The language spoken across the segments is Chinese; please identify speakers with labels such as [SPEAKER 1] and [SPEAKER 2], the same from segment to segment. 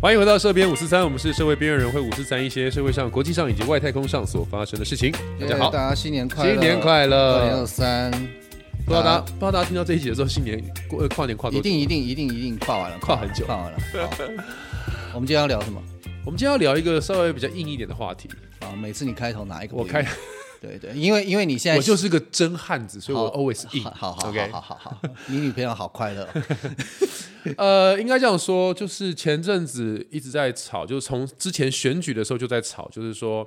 [SPEAKER 1] 欢迎回到社编五四三，我们是社会边缘人会五四三一些社会上、国际上以及外太空上所发生的事情。大家好，
[SPEAKER 2] 大家新年快乐！
[SPEAKER 1] 新年快
[SPEAKER 2] 二零
[SPEAKER 1] 乐
[SPEAKER 2] 二！三，
[SPEAKER 1] 不知道大家不知道大家听到这一集的时候，新年过呃跨年跨多
[SPEAKER 2] 一
[SPEAKER 1] 久？
[SPEAKER 2] 定一定一定一定跨完了，
[SPEAKER 1] 跨很久
[SPEAKER 2] 跨完了。好 我们今天要聊什么
[SPEAKER 1] 我们今天要聊一个稍微比较硬一点的话题。
[SPEAKER 2] 啊？每次你开头哪一个？
[SPEAKER 1] 我 开，，
[SPEAKER 2] 对对，因为因为你现在
[SPEAKER 1] 我就是个真汉子，所以我
[SPEAKER 2] 好
[SPEAKER 1] always 硬。
[SPEAKER 2] 好好好
[SPEAKER 1] OK，
[SPEAKER 2] 好好好好，你女朋友好快 乐哦，
[SPEAKER 1] 呃，应该这样说，就是前阵子一直在吵，就是从之前选举的时候就在吵，就是说，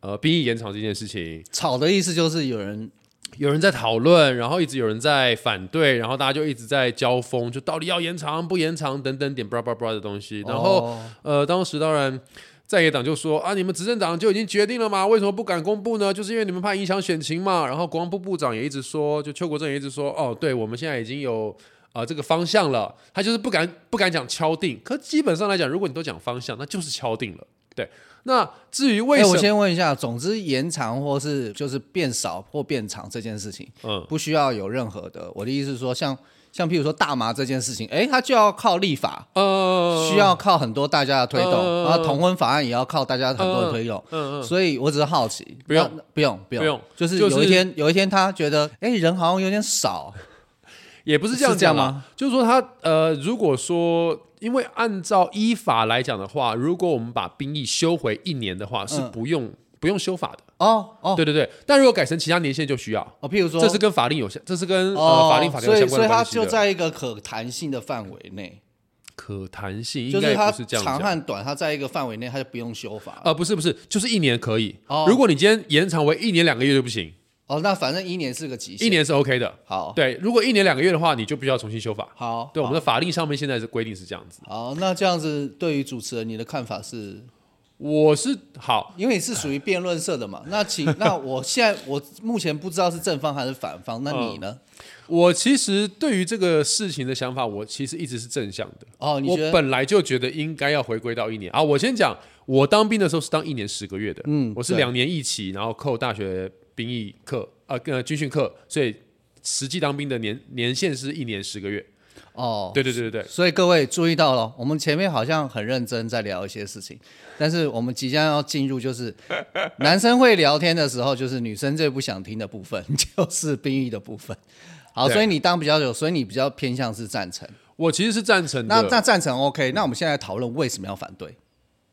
[SPEAKER 1] 呃，兵役延长这件事情，
[SPEAKER 2] 吵的意思就是有人
[SPEAKER 1] 有人在讨论，然后一直有人在反对，然后大家就一直在交锋，就到底要延长不延长等等点 blah blah blah 的东西。然后、
[SPEAKER 2] 哦
[SPEAKER 1] 呃，当时当然在野党就说啊，你们执政党就已经决定了嘛，为什么不敢公布呢？就是因为你们怕影响选情嘛。然后国防部部长也一直说，就邱国正也一直说，哦，对我们现在已经有。啊、这个方向了，他就是不敢不敢讲敲定，可基本上来讲，如果你都讲方向，那就是敲定了。对，那至于为
[SPEAKER 2] 哎
[SPEAKER 1] 什
[SPEAKER 2] 我
[SPEAKER 1] 么，
[SPEAKER 2] 先问一下，总之延长或是就是变少或变长这件事情，
[SPEAKER 1] 嗯，
[SPEAKER 2] 不需要有任何的。我的意思是说，像像譬如说大麻这件事情，哎，它就要靠立法，
[SPEAKER 1] 呃，
[SPEAKER 2] 需要靠很多大家的推动，
[SPEAKER 1] 嗯
[SPEAKER 2] 然后同婚法案也要靠大家很多的推动。
[SPEAKER 1] 嗯嗯
[SPEAKER 2] 所以我只是好奇，
[SPEAKER 1] 不用
[SPEAKER 2] 那不用不用
[SPEAKER 1] 不用
[SPEAKER 2] 就是
[SPEAKER 1] 就是
[SPEAKER 2] 有一天有一天他觉得，哎，人好像有点少，
[SPEAKER 1] 也不是这样
[SPEAKER 2] 是这
[SPEAKER 1] 讲
[SPEAKER 2] 样
[SPEAKER 1] 啦
[SPEAKER 2] 吗？
[SPEAKER 1] 就是说他呃，如果说因为按照依法来讲的话，如果我们把兵役修回一年的话，是不用、不用修法的。
[SPEAKER 2] 哦嗯哦
[SPEAKER 1] 对对对，但如果改成其他年限就需要，
[SPEAKER 2] 哦，譬如说
[SPEAKER 1] 这是跟法令有相，这是跟、
[SPEAKER 2] 哦
[SPEAKER 1] 呃法令法条
[SPEAKER 2] 所
[SPEAKER 1] 有相
[SPEAKER 2] 以
[SPEAKER 1] 关
[SPEAKER 2] 所以
[SPEAKER 1] 的
[SPEAKER 2] 它
[SPEAKER 1] 关系
[SPEAKER 2] 就
[SPEAKER 1] 的
[SPEAKER 2] 在一个可弹性的范围内，
[SPEAKER 1] 可弹性，
[SPEAKER 2] 就
[SPEAKER 1] 应该也
[SPEAKER 2] 它
[SPEAKER 1] 不是这样
[SPEAKER 2] 长
[SPEAKER 1] 讲。
[SPEAKER 2] 和短，它在一个范围内，它就不用修法了。
[SPEAKER 1] 呃，不是不是，就是一年可以。
[SPEAKER 2] 哦
[SPEAKER 1] 如果你今天延长为一年两个月就不行，
[SPEAKER 2] 哦，那反正一年是个极限，
[SPEAKER 1] 一年是 OK 的。
[SPEAKER 2] 好
[SPEAKER 1] 对，如果一年两个月的话，你就必须要重新修法。
[SPEAKER 2] 好
[SPEAKER 1] 对，我们的
[SPEAKER 2] 好
[SPEAKER 1] 法令上面现在是规定是这样子。
[SPEAKER 2] 好，那这样子对于主持人你的看法是？
[SPEAKER 1] 我是好，
[SPEAKER 2] 因为你是属于辩论社 的嘛，那请那我现在我目前不知道是正方还是反
[SPEAKER 1] 嗯
[SPEAKER 2] 方，那你呢？
[SPEAKER 1] 我其实对于这个事情的想法，我其实一直是正向的。
[SPEAKER 2] 哦，你
[SPEAKER 1] 我
[SPEAKER 2] 觉得
[SPEAKER 1] 本来就觉得应该要回归到一年啊。我先讲，我当兵的时候是当一年十个月的，
[SPEAKER 2] 嗯
[SPEAKER 1] 我是
[SPEAKER 2] 对
[SPEAKER 1] 两年一起，然后扣大学兵役课呃呃军训课，所以实际当兵的年年限是一年十个月。
[SPEAKER 2] 哦，
[SPEAKER 1] 对对对对对，
[SPEAKER 2] 所以各位注意到了，我们前面好像很认真在聊一些事情， 但是我们即将要进入就是 男生会聊天的时候，就是女生最不想听的部分， 就是兵役的部分。好，
[SPEAKER 1] 对
[SPEAKER 2] 所以你当比较久，所以你比较偏向是赞成。
[SPEAKER 1] 我其实是赞成的。
[SPEAKER 2] 那那赞成 OK，那我们现在讨论为什么要反对？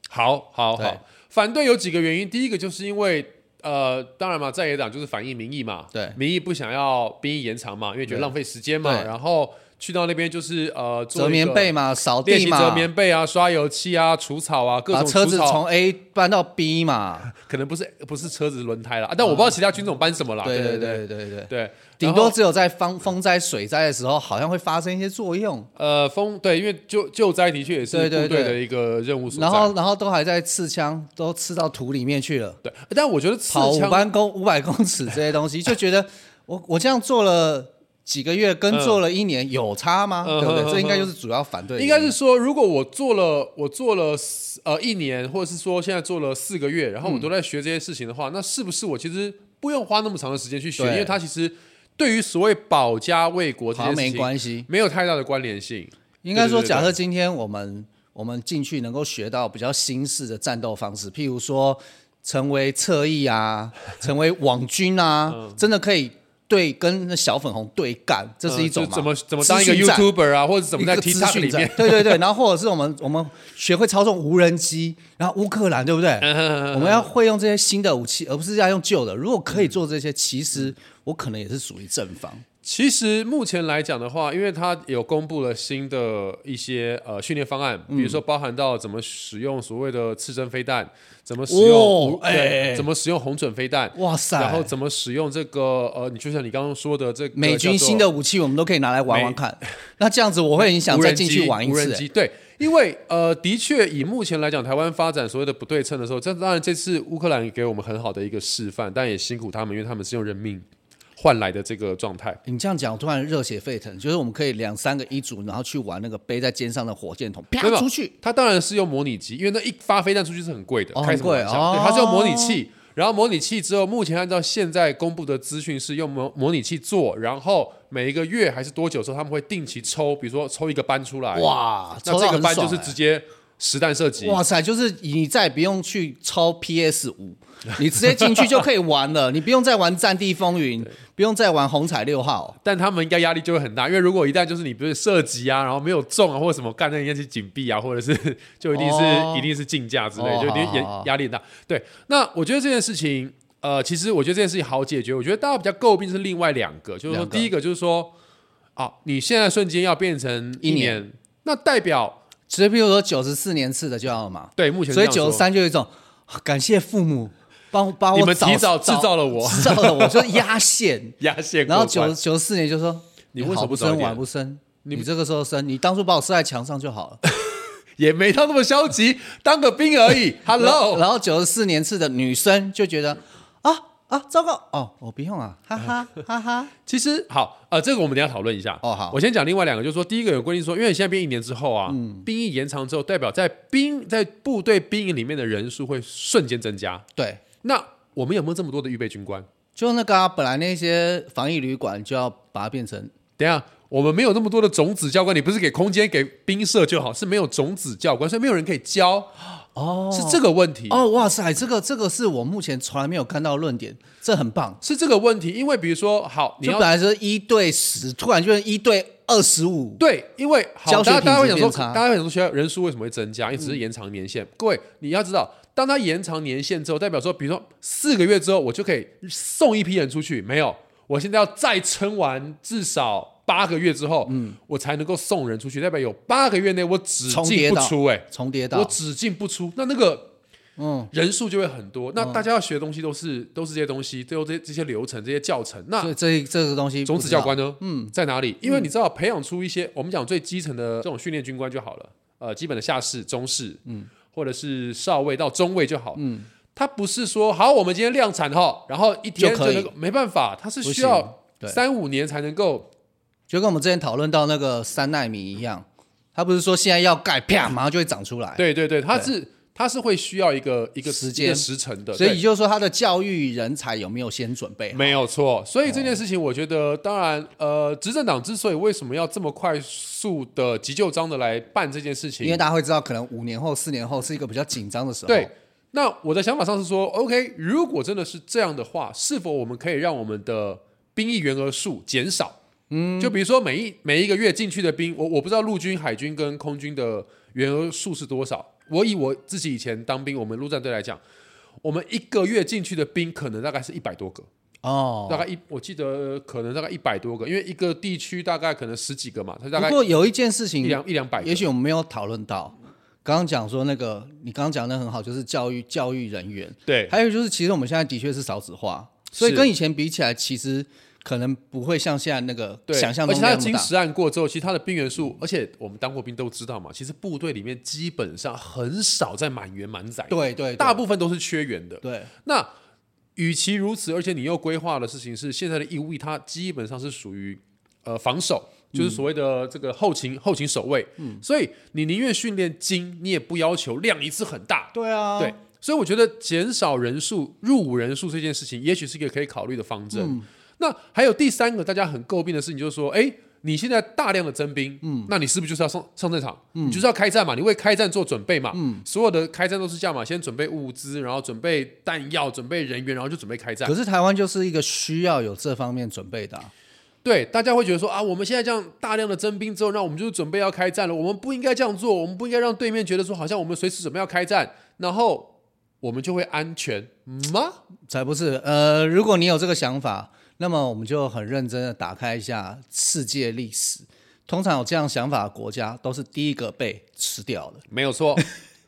[SPEAKER 1] 好好
[SPEAKER 2] 对
[SPEAKER 1] 好，反对有几个原因，第一个就是因为。呃，当然嘛，在野党就是反映民意嘛，
[SPEAKER 2] 对
[SPEAKER 1] 民意不想要兵役延长嘛，因为觉得
[SPEAKER 2] 对
[SPEAKER 1] 浪费时间嘛，
[SPEAKER 2] 对
[SPEAKER 1] 然后去到那边就是呃，做
[SPEAKER 2] 折
[SPEAKER 1] 一
[SPEAKER 2] 棉
[SPEAKER 1] 个
[SPEAKER 2] 被嘛，扫
[SPEAKER 1] 练
[SPEAKER 2] 地
[SPEAKER 1] 习
[SPEAKER 2] 嘛，
[SPEAKER 1] 折棉被啊、刷油漆啊、除草啊，各
[SPEAKER 2] 把
[SPEAKER 1] 种
[SPEAKER 2] 车
[SPEAKER 1] 除
[SPEAKER 2] 子
[SPEAKER 1] 草，
[SPEAKER 2] 从 A 搬到 B 嘛。
[SPEAKER 1] 可能不是不是车子轮胎啦，啊但我不知道其他军种搬什么啦。
[SPEAKER 2] 嗯对
[SPEAKER 1] 对
[SPEAKER 2] 对
[SPEAKER 1] 对
[SPEAKER 2] 对对对。
[SPEAKER 1] 对，
[SPEAKER 2] 顶
[SPEAKER 1] 然
[SPEAKER 2] 多
[SPEAKER 1] 后
[SPEAKER 2] 只有在风风灾、水灾的时候，好像会发生一些作用，
[SPEAKER 1] 呃风对，因为救救灾的确也是
[SPEAKER 2] 对
[SPEAKER 1] 部
[SPEAKER 2] 对
[SPEAKER 1] 队
[SPEAKER 2] 对
[SPEAKER 1] 的一个任务所在。
[SPEAKER 2] 然后然后都还在刺枪，都刺到土里面去了，
[SPEAKER 1] 对，但我觉得刺
[SPEAKER 2] 跑五
[SPEAKER 1] 枪
[SPEAKER 2] 班公五百公尺这些东 西，就觉得我我这样做了几个月，跟做了一年有差吗？
[SPEAKER 1] 嗯
[SPEAKER 2] 对
[SPEAKER 1] 嗯
[SPEAKER 2] 不
[SPEAKER 1] 嗯
[SPEAKER 2] 对？这应该
[SPEAKER 1] 嗯
[SPEAKER 2] 就是主要反对的
[SPEAKER 1] 应
[SPEAKER 2] 原因，
[SPEAKER 1] 该是说，如果我做了我做了四呃一年，或者是说现在做了四个月，然后
[SPEAKER 2] 嗯
[SPEAKER 1] 我都在学这些事情的话，那是不是我其实不用花那么长的时间去学？
[SPEAKER 2] 对
[SPEAKER 1] 因为它其实对于所谓保家卫国这
[SPEAKER 2] 好像
[SPEAKER 1] 件事
[SPEAKER 2] 没
[SPEAKER 1] 情
[SPEAKER 2] 关系。
[SPEAKER 1] 没有太大的关联性。
[SPEAKER 2] 应该说，
[SPEAKER 1] 对对对对
[SPEAKER 2] 假设今天我们我们进去能够学到比较新式的战斗方式，譬如说成为侧翼 啊，成为网军啊，
[SPEAKER 1] 嗯
[SPEAKER 2] 真的可以对跟那小粉红对干，这是一
[SPEAKER 1] 嗯
[SPEAKER 2] 种嘛？
[SPEAKER 1] 就怎么怎么当一个
[SPEAKER 2] 资讯战
[SPEAKER 1] YouTuber 啊，或者怎么在
[SPEAKER 2] 一个资
[SPEAKER 1] TikTok
[SPEAKER 2] 讯
[SPEAKER 1] 里
[SPEAKER 2] 战
[SPEAKER 1] 面，
[SPEAKER 2] 对对对，然后或者是我们我们学会操纵无人机，然后乌克兰对不对？
[SPEAKER 1] 嗯
[SPEAKER 2] 我们要会用这些新的武器，而不是要用旧的。如果
[SPEAKER 1] 嗯
[SPEAKER 2] 可以做这些，其实我可能也是属于正方。
[SPEAKER 1] 其实目前来讲的话，因为它有公布了新的一些呃训练方案，
[SPEAKER 2] 嗯
[SPEAKER 1] 比如说包含到怎么使用所谓的刺针飞弹，怎么使用
[SPEAKER 2] 哦
[SPEAKER 1] 无、
[SPEAKER 2] 哎哎哎
[SPEAKER 1] 对，怎么使用红准飞弹，
[SPEAKER 2] 哇塞！
[SPEAKER 1] 然后怎么使用这个呃，你就像你刚刚说的这个
[SPEAKER 2] 美军
[SPEAKER 1] 叫做
[SPEAKER 2] 新的武器，我们都可以拿来玩玩看。 那这样子，我会很想
[SPEAKER 1] 无
[SPEAKER 2] 再
[SPEAKER 1] 人
[SPEAKER 2] 进
[SPEAKER 1] 机
[SPEAKER 2] 去玩一
[SPEAKER 1] 无
[SPEAKER 2] 次、
[SPEAKER 1] 人
[SPEAKER 2] 欸
[SPEAKER 1] 机对，因为呃，的确以目前来讲，台湾发展所谓的不对称的时候，这当然这次乌克兰给我们很好的一个示范，但也辛苦他们，因为他们是用人命换来的这个状态。
[SPEAKER 2] 你这样讲，我突然热血沸腾，就是我们可以两三个一组，然后去玩那个背在肩上的火箭筒，啪
[SPEAKER 1] 没有
[SPEAKER 2] 出去。
[SPEAKER 1] 它当然是用模拟机，因为那一发飞弹出去是很贵的，
[SPEAKER 2] 哦
[SPEAKER 1] 开什么玩
[SPEAKER 2] 很
[SPEAKER 1] 笑？
[SPEAKER 2] 贵哦
[SPEAKER 1] 对，它是用模拟器。哦然后模拟器之后，目前按照现在公布的资讯是用模模拟器做，然后每一个月还是多久之后，他们会定期抽，比如说抽一个班出来，
[SPEAKER 2] 哇，
[SPEAKER 1] 哎那
[SPEAKER 2] 啊抽到
[SPEAKER 1] 这个
[SPEAKER 2] 很
[SPEAKER 1] 班就
[SPEAKER 2] 爽
[SPEAKER 1] 是
[SPEAKER 2] 欸
[SPEAKER 1] 直接实弹射击，
[SPEAKER 2] 哇塞，就是你再也不用去抄 PS 五，你直接进去就可以玩 了，你不用再玩《战地风云》，不用再玩《红彩六号
[SPEAKER 1] 但他们应该压力就会很大，因为如果一旦就是你不是射击啊，然后没有中啊，或者什么干，那应该是紧闭啊，或者是就一定是、
[SPEAKER 2] 哦
[SPEAKER 1] 一定是竞价之类，
[SPEAKER 2] 哦
[SPEAKER 1] 就一定
[SPEAKER 2] 好好
[SPEAKER 1] 压
[SPEAKER 2] 好
[SPEAKER 1] 压力很大。对，那我觉得这件事情，呃，其实我觉得这件事情好解决。我觉得大家比较诟病是另外两个，就是说
[SPEAKER 2] 两个
[SPEAKER 1] 第一个就是说，啊，你现在瞬间要变成一
[SPEAKER 2] 一
[SPEAKER 1] 年，
[SPEAKER 2] 年
[SPEAKER 1] 那代表》，
[SPEAKER 2] 所以譬如说九十四年次的就要了嘛，
[SPEAKER 1] 对目前
[SPEAKER 2] 所以
[SPEAKER 1] 是这样说
[SPEAKER 2] 九十，三就有一种啊感谢父母帮我把我
[SPEAKER 1] 你们提
[SPEAKER 2] 早
[SPEAKER 1] 早制造了我。
[SPEAKER 2] 制造了我，就是压线
[SPEAKER 1] 压线过
[SPEAKER 2] 然
[SPEAKER 1] 关，
[SPEAKER 2] 后九九四年就说哎
[SPEAKER 1] 你为什么
[SPEAKER 2] 好
[SPEAKER 1] 不
[SPEAKER 2] 不
[SPEAKER 1] 早一
[SPEAKER 2] 生
[SPEAKER 1] 点
[SPEAKER 2] 晚不生，你这个时候生，你当初把我射在墙上就好了。
[SPEAKER 1] 也没到那么消极，当个兵而 已。Hello，
[SPEAKER 2] 然后九十四年次的女生就觉得啊啊，糟糕哦，我不用啊，哈哈
[SPEAKER 1] 嗯
[SPEAKER 2] 哈 哈。
[SPEAKER 1] 其实好，呃，这个我们等一下讨论一下。
[SPEAKER 2] 哦好
[SPEAKER 1] 我先讲另外两个，就是说，第一个有规定说，因为你现在变一年之后啊，
[SPEAKER 2] 嗯
[SPEAKER 1] 兵役延长之后，代表在兵在部队兵营里面的人数会瞬间增加。
[SPEAKER 2] 对，
[SPEAKER 1] 那我们有没有这么多的预备军官？
[SPEAKER 2] 就那个、啊、本来那些防疫旅馆就要把它变成
[SPEAKER 1] 等一下，我们没有那么多的种子教官，你不是给空间给兵社就好，是没有种子教官，所以没有人可以教，
[SPEAKER 2] 哦
[SPEAKER 1] 是这个问题。
[SPEAKER 2] 哦哇塞，这个这个是我目前从来没有看到的论点，这很棒。
[SPEAKER 1] 是这个问题，因为比如说，好，你
[SPEAKER 2] 就
[SPEAKER 1] 要
[SPEAKER 2] 本来是一对十，突然就是一对二十五，
[SPEAKER 1] 对，因为好，
[SPEAKER 2] 教学
[SPEAKER 1] 大家大家会
[SPEAKER 2] 品
[SPEAKER 1] 想
[SPEAKER 2] 质
[SPEAKER 1] 说，
[SPEAKER 2] 变差
[SPEAKER 1] 大家会想说，学校人数为什么会增加？因为只是延长年限。各位，你要知道，当它延长年限之后，代表说，比如说四个月之后，我就可以送一批人出去。没有，我现在要再撑完至少八个月之后，嗯，我才能够送人出去。代表有八个月内我只
[SPEAKER 2] 重
[SPEAKER 1] 进
[SPEAKER 2] 叠
[SPEAKER 1] 不
[SPEAKER 2] 到
[SPEAKER 1] 出、欸，
[SPEAKER 2] 重叠
[SPEAKER 1] 我
[SPEAKER 2] 到
[SPEAKER 1] 只进不出，那那个。
[SPEAKER 2] 嗯，
[SPEAKER 1] 人数就会很多，那大家要学的东西都是、都是这些东西，都有这这些流程、这些教程。那
[SPEAKER 2] 所以这这个东西
[SPEAKER 1] 种
[SPEAKER 2] 不
[SPEAKER 1] 子
[SPEAKER 2] 知
[SPEAKER 1] 教
[SPEAKER 2] 道
[SPEAKER 1] 官呢？嗯，在哪里？因为你知道，培养出一些我们讲最基层的这种训练军官就好了，呃，基本的下士、中士，嗯，或者是少尉到中尉就好，嗯，他不是说好，我们今天量产哈，然后一天
[SPEAKER 2] 就可以
[SPEAKER 1] 能够没办法，他是
[SPEAKER 2] 不
[SPEAKER 1] 需
[SPEAKER 2] 行
[SPEAKER 1] 要
[SPEAKER 2] 对
[SPEAKER 1] 三五年才能够，
[SPEAKER 2] 就跟我们之前讨论到那个三纳米一样，他不是说现在要盖，啪，马上就会长出来。
[SPEAKER 1] 对对对，他是他是会需要一个一个
[SPEAKER 2] 哎时
[SPEAKER 1] 一
[SPEAKER 2] 间
[SPEAKER 1] 个时辰的，
[SPEAKER 2] 所以
[SPEAKER 1] 对嗯
[SPEAKER 2] 也就是说，他的教育人才有没有先准备好？
[SPEAKER 1] 没有错，所以这件事情，我觉得，当然，呃，执政党之所以为什么要这么快速的急救章的来办这件事情，
[SPEAKER 2] 因为大家会知道，可能五年后、四年后是一个比较紧张的时候。
[SPEAKER 1] 对，，那我的想法上是说，OK，如果真的是这样的话，是否我们可以让我们的兵役员额数减少？嗯，就比如说每一每一个月进去的兵，我我不知道陆军、海军跟空军的员额数是多少。我以我自己以前当兵，我们陆战队来讲，我们一个月进去的兵可能大概是一百多个，大
[SPEAKER 2] 哦。
[SPEAKER 1] 概一我记得可能大概一百多个，因为一个地区大概可能十几个嘛，它大
[SPEAKER 2] 不
[SPEAKER 1] 概
[SPEAKER 2] 过有一件事情
[SPEAKER 1] 一，两一两百个。
[SPEAKER 2] 也许我们没有讨论到。刚刚讲说那个，你刚刚讲的很好，就是教育教育人员。
[SPEAKER 1] 对
[SPEAKER 2] 还有就是，其实我们现在的确是少子化，所以
[SPEAKER 1] 是
[SPEAKER 2] 跟以前比起来，其实可能不会像现在那个
[SPEAKER 1] 对，
[SPEAKER 2] 想象
[SPEAKER 1] 而
[SPEAKER 2] 中
[SPEAKER 1] 且
[SPEAKER 2] 那
[SPEAKER 1] 他
[SPEAKER 2] 么
[SPEAKER 1] 经
[SPEAKER 2] 大。
[SPEAKER 1] 实案过之后，其实他的兵员数，而且我们当过兵都知道嘛，其实部队里面基本上很少在满员满载，
[SPEAKER 2] 对对，对
[SPEAKER 1] 大部分都是缺员的。
[SPEAKER 2] 对
[SPEAKER 1] 那与其如此，而且你又规划的事情是，现在的义务役它基本上是属于呃防守，
[SPEAKER 2] 嗯
[SPEAKER 1] 就是所谓的这个后勤后勤守卫。嗯，所以你宁愿训练精，你也不要求量一次很大。
[SPEAKER 2] 对啊，
[SPEAKER 1] 对，所以我觉得减少人数、入伍人数这件事情，也许是一个可以考虑的方针。那还有第三个大家很诟病的事情，就是说，哎，你现在大量的征兵，嗯，那你是不是就是要上上战场？嗯，你就是要开战嘛，你为开战做准备嘛。嗯，所有的开战都是这样嘛，先准备物资，然后准备弹药，准备人员，然后就准备开战
[SPEAKER 2] 可。是台湾就是一个需要有这方面准备的啊、
[SPEAKER 1] 对，大家会觉得说啊，我们现在这样大量的征兵之后，那我们就是准备要开战了。我们不应该这样做，我们不应该让对面觉得说好像我们随时准备要开战，然后我们就会安全吗？
[SPEAKER 2] 才不是。呃，如果你有这个想法，那么我们就很认真的打开一下世界历史。通常有这样想法的国家，都是第一个被吃掉的。
[SPEAKER 1] 没有 错。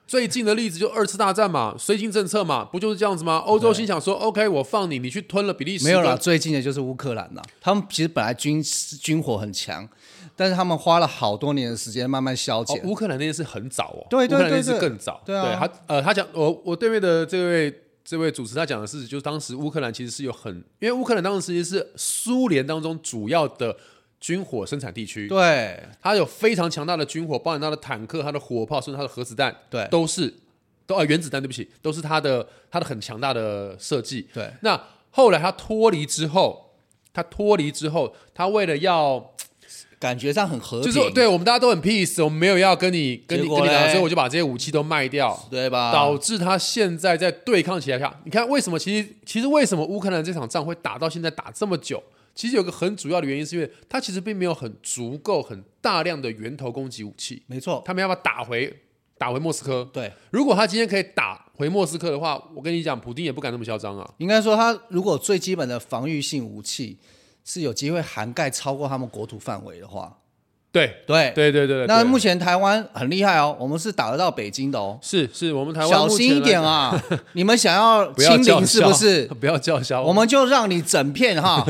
[SPEAKER 1] 最近的例子就二次大战嘛，绥靖政策嘛，不就是这样子吗？欧洲心想说，OK，我放你，你去吞了比利时，哦
[SPEAKER 2] 没有啦，，最近的就是乌克兰啦。他们其实本来军军火很强，但是他们花了好多年的时间慢慢消
[SPEAKER 1] 哦
[SPEAKER 2] 减。，
[SPEAKER 1] 乌克兰那件事很早哦，
[SPEAKER 2] 对对
[SPEAKER 1] 乌克兰那
[SPEAKER 2] 对
[SPEAKER 1] 件事
[SPEAKER 2] 对
[SPEAKER 1] 更早。
[SPEAKER 2] 对啊
[SPEAKER 1] 他呃，他讲我我对面的这位这位主持他讲的是，就是当时乌克兰其实是有很，因为乌克兰当时其实是苏联当中主要的军火生产地区，
[SPEAKER 2] 对
[SPEAKER 1] 它有非常强大的军火，包含它的坦克、它的火炮，甚至它的核子弹，
[SPEAKER 2] 对
[SPEAKER 1] 都是都呃原子弹，对不起，都是它的它的很强大的设计。
[SPEAKER 2] 对，
[SPEAKER 1] 那后来他脱离之后，他脱离之后，他为了要
[SPEAKER 2] 感觉上很和
[SPEAKER 1] 就
[SPEAKER 2] 平，
[SPEAKER 1] 是对我们大家都很 peace，我们没有要跟你跟你
[SPEAKER 2] 结
[SPEAKER 1] 跟
[SPEAKER 2] 果
[SPEAKER 1] 你打，
[SPEAKER 2] 嘞
[SPEAKER 1] 所以我就把这些武器都卖掉，
[SPEAKER 2] 对吧？
[SPEAKER 1] 导致他现在在对抗起来下，你看为什么？其实其实为什么乌克兰这场仗会打到现在打这么久？其实有个很主要的原因，是因为它其实并没有很足够、很大量的源头攻击武器，
[SPEAKER 2] 没错，
[SPEAKER 1] 他们要把它打回打回莫斯科。
[SPEAKER 2] 对，
[SPEAKER 1] 如果他今天可以打回莫斯科的话，我跟你讲，普丁也不敢那么嚣张啊。
[SPEAKER 2] 应该说他如果最基本的防御性武器是有机会涵盖超过他们国土范围的话，
[SPEAKER 1] 对，
[SPEAKER 2] 对。
[SPEAKER 1] 对对对对。对
[SPEAKER 2] 那目前台湾很厉害哦，我们是打得到北京的哦，
[SPEAKER 1] 是是我们台湾
[SPEAKER 2] 小
[SPEAKER 1] 目前
[SPEAKER 2] 心一点
[SPEAKER 1] 来
[SPEAKER 2] 啊！ 你们想要
[SPEAKER 1] 不要
[SPEAKER 2] 清
[SPEAKER 1] 叫
[SPEAKER 2] 零是
[SPEAKER 1] 嚣
[SPEAKER 2] 不是？
[SPEAKER 1] 不要叫嚣，
[SPEAKER 2] 我们就让你整片哈，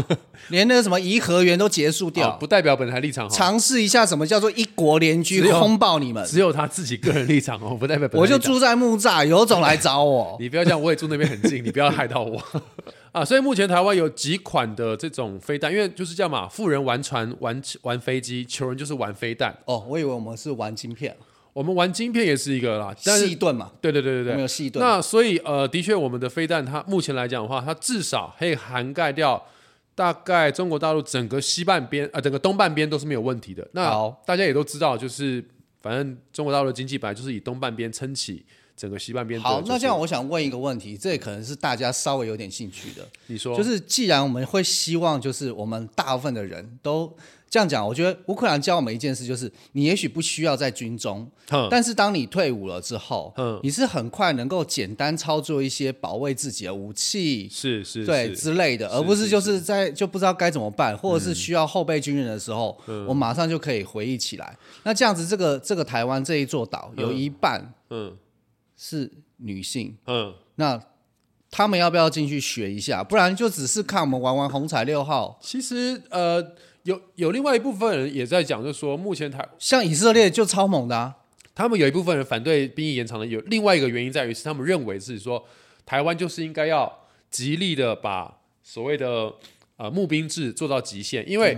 [SPEAKER 2] 连那个什么颐和园都结束
[SPEAKER 1] 哦
[SPEAKER 2] 掉，
[SPEAKER 1] 不代表本台立场哈，
[SPEAKER 2] 尝试一下什么叫做一国联
[SPEAKER 1] 只
[SPEAKER 2] 军
[SPEAKER 1] 有
[SPEAKER 2] 轰爆你们。
[SPEAKER 1] 只有他自己个人立场哦，不代表本台
[SPEAKER 2] 我就
[SPEAKER 1] 立场
[SPEAKER 2] 住在木栅，有种来 找我。
[SPEAKER 1] 你不要这样，我也住那边很近，你不要害到 我啊！所以目前台湾有几款的这种飞弹，因为就是这样嘛，富人玩船、玩玩飞机，穷人就是玩飞弹。
[SPEAKER 2] 哦，我以为我们是玩晶片，
[SPEAKER 1] 我们玩晶片也是一个啦，但是
[SPEAKER 2] 细盾嘛，
[SPEAKER 1] 对对对
[SPEAKER 2] 我
[SPEAKER 1] 对
[SPEAKER 2] 们
[SPEAKER 1] 对
[SPEAKER 2] 有，细盾。
[SPEAKER 1] 那所以呃，的确我们的飞弹它目前来讲的话，它至少可以涵盖掉。大概中国大陆整个西半边，呃，整个东半边都是没有问题的。那
[SPEAKER 2] 好
[SPEAKER 1] 大家也都知道，就是反正中国大陆的经济本来就是以东半边撑起整个西半边的。
[SPEAKER 2] 好，
[SPEAKER 1] 就是
[SPEAKER 2] 那这样我想问一个问题，这也可能是大家稍微有点兴趣的，
[SPEAKER 1] 你说，
[SPEAKER 2] 就是既然我们会希望，就是我们大部分的人都这样讲，我觉得乌克兰教我们一件事，就是你也许不需要在军中，
[SPEAKER 1] 哼
[SPEAKER 2] 但是当你退伍了之后
[SPEAKER 1] 嗯，
[SPEAKER 2] 你是很快能够简单操作一些保卫自己的武器，
[SPEAKER 1] 是是
[SPEAKER 2] 对
[SPEAKER 1] 是嗯
[SPEAKER 2] 之类的，而不是就是在就不知道该怎么办，或者是需要后备军人的时候，我马上就可以回忆起来。那这样子，这个这个台湾这一座岛有一半
[SPEAKER 1] 嗯
[SPEAKER 2] 是女性，
[SPEAKER 1] 嗯，
[SPEAKER 2] 那他们要不要进去学一下？不然就只是看我们玩玩红彩六号。
[SPEAKER 1] 其实呃，有有另外一部分人也在讲，就是说目前台
[SPEAKER 2] 像以色列就超猛的、啊，
[SPEAKER 1] 他们有一部分人反对兵役延长的，有另外一个原因在于是他们认为是说台湾就是应该要极力的把所谓的呃募兵制做到极限，因为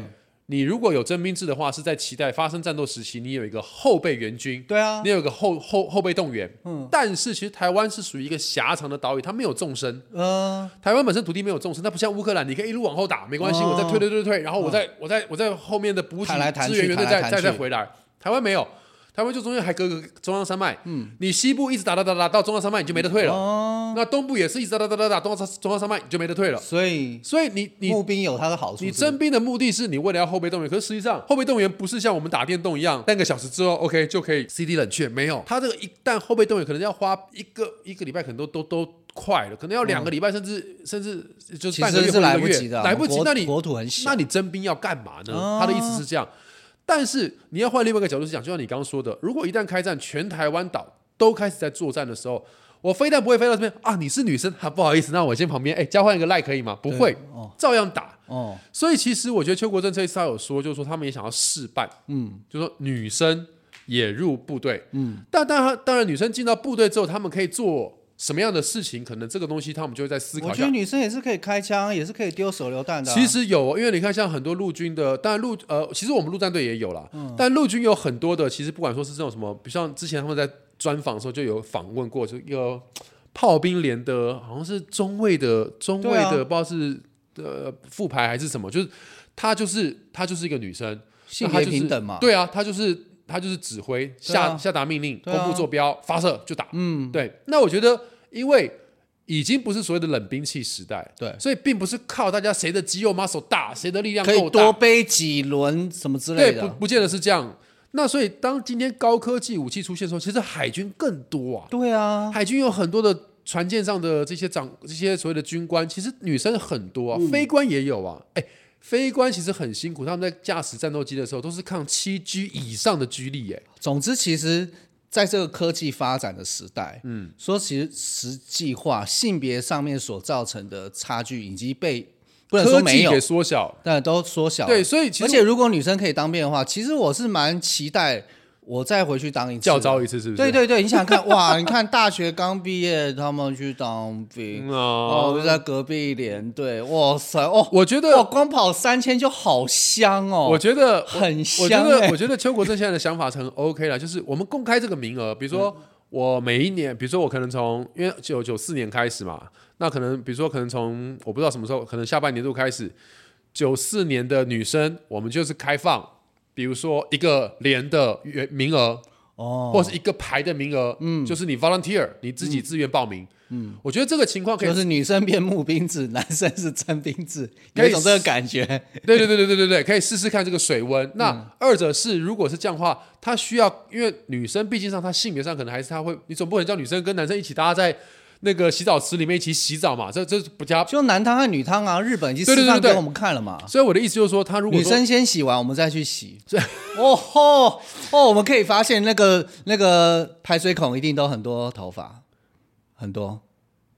[SPEAKER 1] 你如果有征兵制的话，是在期待发生战斗时期你有一个后备援军。
[SPEAKER 2] 对啊，
[SPEAKER 1] 你有一个后后后备动员，嗯，但是其实台湾是属于一个狭长的岛屿，它没有纵深，
[SPEAKER 2] 呃，
[SPEAKER 1] 台湾本身土地没有纵深，它不像乌克兰，你可以一路往后打，没关系，
[SPEAKER 2] 哦
[SPEAKER 1] 我再推推推推，然后我再、我再我再后面的补给
[SPEAKER 2] 嗯弹来弹去
[SPEAKER 1] 支援员队
[SPEAKER 2] 弹来
[SPEAKER 1] 再
[SPEAKER 2] 弹
[SPEAKER 1] 再再
[SPEAKER 2] 去
[SPEAKER 1] 回来。台湾没有，台湾就中间还隔个中央山脉，嗯，你西部一直打打打打到中央山脉你就没得退了，
[SPEAKER 2] 哦
[SPEAKER 1] 那东部也是一直打打打打打到中央中央山脉你就没得退了，
[SPEAKER 2] 所以
[SPEAKER 1] 所以你你
[SPEAKER 2] 募兵有它的好处
[SPEAKER 1] 你
[SPEAKER 2] 是不是，
[SPEAKER 1] 征兵的目的是你为了要后备动员，可是实际上后备动员不是像我们打电动一样，半个小时之后 OK 就可以 CD 冷却，没有，他这个一旦后备动员可能要花一个一个礼拜，可能都都都快了，可能要两个礼拜，甚至甚至就是
[SPEAKER 2] 其
[SPEAKER 1] 半个月
[SPEAKER 2] 实是
[SPEAKER 1] 或
[SPEAKER 2] 来
[SPEAKER 1] 一个
[SPEAKER 2] 不
[SPEAKER 1] 月
[SPEAKER 2] 及的啊，
[SPEAKER 1] 来不及
[SPEAKER 2] 我。
[SPEAKER 1] 那
[SPEAKER 2] 们
[SPEAKER 1] 你
[SPEAKER 2] 国国土很小
[SPEAKER 1] 那，你征兵要干嘛呢？
[SPEAKER 2] 哦
[SPEAKER 1] 他的意思是这样，但是你要换另外一个角度去讲，就像你刚刚说的，如果一旦开战，全台湾岛都开始在作战的时候，我非但不会飞到这边啊，你是女生，啊，不好意思，那我先旁边，哎，交换一个赖可以吗？不会，照样打。
[SPEAKER 2] 哦，
[SPEAKER 1] 所以其实我觉得邱国正这一次他有说，就是说他们也想要试办，嗯，就说女生也入部队，嗯，但当然当然女生进到部队之后，他们可以做什么样的事情，可能这个东西他们就会在思考
[SPEAKER 2] 我
[SPEAKER 1] 一
[SPEAKER 2] 觉
[SPEAKER 1] 下
[SPEAKER 2] 得。女生也是可以开枪，也是可以丢手榴弹的啊、
[SPEAKER 1] 其实有哦，因为你看，像很多陆军的，当然陆呃，其实我们陆战队也有啦，
[SPEAKER 2] 嗯
[SPEAKER 1] 但陆军有很多的，其实不管说是这种什么，比如像之前他们在专访的时候就有访问过，就一个炮兵连的，好像是中尉的中尉
[SPEAKER 2] 对
[SPEAKER 1] 的，
[SPEAKER 2] 啊
[SPEAKER 1] 不知道是呃副牌还是什么，就是她就是她就是一个女生，
[SPEAKER 2] 性
[SPEAKER 1] 那她
[SPEAKER 2] 别
[SPEAKER 1] 就是
[SPEAKER 2] 平等嘛，
[SPEAKER 1] 对啊，她就是她就是指挥下、
[SPEAKER 2] 啊
[SPEAKER 1] 下达命令，
[SPEAKER 2] 对啊
[SPEAKER 1] 公布坐标，发射就打，嗯，对。那我觉得，因为已经不是所谓的冷兵器时代，
[SPEAKER 2] 对
[SPEAKER 1] 所以并不是靠大家谁的肌肉 muscle 大，谁的力量
[SPEAKER 2] 可以
[SPEAKER 1] 够大，
[SPEAKER 2] 多背几轮什么之类
[SPEAKER 1] 对，不
[SPEAKER 2] 的。
[SPEAKER 1] 不见得是这样。那所以当今天高科技武器出现的时候，其实海军更多啊，
[SPEAKER 2] 对啊，
[SPEAKER 1] 海军有很多的船舰上的这些长这些所谓的军官，其实女生很多
[SPEAKER 2] 嗯
[SPEAKER 1] 啊，飞官也有啊，哎。飞官其实很辛苦，他们在驾驶战斗机的时候都是抗七 G 以上的居力、哎，
[SPEAKER 2] 总之其实在这个科技发展的时代，嗯，说其实实际化性别上面所造成的差距已经被不能说
[SPEAKER 1] 科
[SPEAKER 2] 没
[SPEAKER 1] 技
[SPEAKER 2] 有
[SPEAKER 1] 给，缩小，
[SPEAKER 2] 但都缩小了。
[SPEAKER 1] 对，所以其
[SPEAKER 2] 而
[SPEAKER 1] 实
[SPEAKER 2] 且如果女生可以当兵的话，其实我是蛮期待我再回去当一次的
[SPEAKER 1] 教招一次是不是？
[SPEAKER 2] 对对对，你想看哇？你看大学刚毕业，他们去当兵，
[SPEAKER 1] 嗯
[SPEAKER 2] 哦，
[SPEAKER 1] 哦，
[SPEAKER 2] 就在隔壁连队，哇塞，哦，
[SPEAKER 1] 我觉
[SPEAKER 2] 哇，
[SPEAKER 1] 得，
[SPEAKER 2] 光跑三千就好香哦，
[SPEAKER 1] 我觉得，
[SPEAKER 2] 很
[SPEAKER 1] 我
[SPEAKER 2] 香、
[SPEAKER 1] 觉得，
[SPEAKER 2] 欸。
[SPEAKER 1] 我觉得邱国正现在的想法是很 OK 了，就是我们公开这个名额，比如说
[SPEAKER 2] 嗯
[SPEAKER 1] 我每一年，比如说我可能从因为九九四年开始嘛，那可能比如说可能从我不知道什么时候，可能下半年度开始，九四年的女生我们就是开放。比如说一个连的员名额，
[SPEAKER 2] 哦，
[SPEAKER 1] 或是一个排的名额，嗯，就是你 volunteer 你自己自愿报名，嗯，我觉得这个情况可以
[SPEAKER 2] 就是女生变募兵制，男生是征兵制，
[SPEAKER 1] 可以
[SPEAKER 2] 有一种这个感觉。
[SPEAKER 1] 对对对对对对对，可以试试看这个水温。那二者是，如果是这样的话，他需要，因为女生毕竟上她性别上可能还是她会，你总不能叫女生跟男生一起搭在那个洗澡池里面一起洗澡嘛，这这是不加。
[SPEAKER 2] 就男汤和女汤啊，日本已经示
[SPEAKER 1] 对对
[SPEAKER 2] 范
[SPEAKER 1] 对对
[SPEAKER 2] 给我们看了嘛。
[SPEAKER 1] 所以我的意思就是说，他如果
[SPEAKER 2] 女
[SPEAKER 1] 说
[SPEAKER 2] 生先洗完，我们再去洗。 哦吼哦，我们可以发现那个那个排水孔一定都很多头发，很多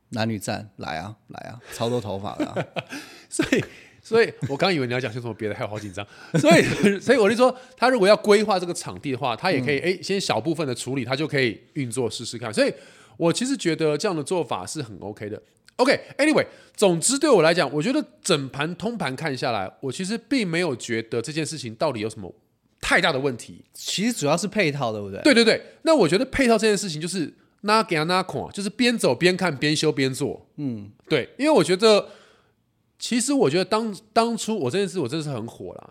[SPEAKER 2] 男女站来啊来啊，超多头发 的、啊。
[SPEAKER 1] 所以，所以我刚以为你要讲些什么别的，害我好紧张。所以，所以我就说，他如果要规划这个场地的话，他也可以诶，先小部分的处理，他就可以运作试试看。所以我其实觉得这样的做法是很 OK 的。OK，Anyway，、总之对我来讲，我觉得整盘通盘看下来，我其实并没有觉得这件事情到底有什么太大的问题。
[SPEAKER 2] 其实主要是配套，对不对？
[SPEAKER 1] 对对对，那我觉得配套这件事情就是那给他那孔啊，就是边走边看边修边做。嗯，对，因为我觉得，其实我觉得当当初我这件事我真的是很火啦。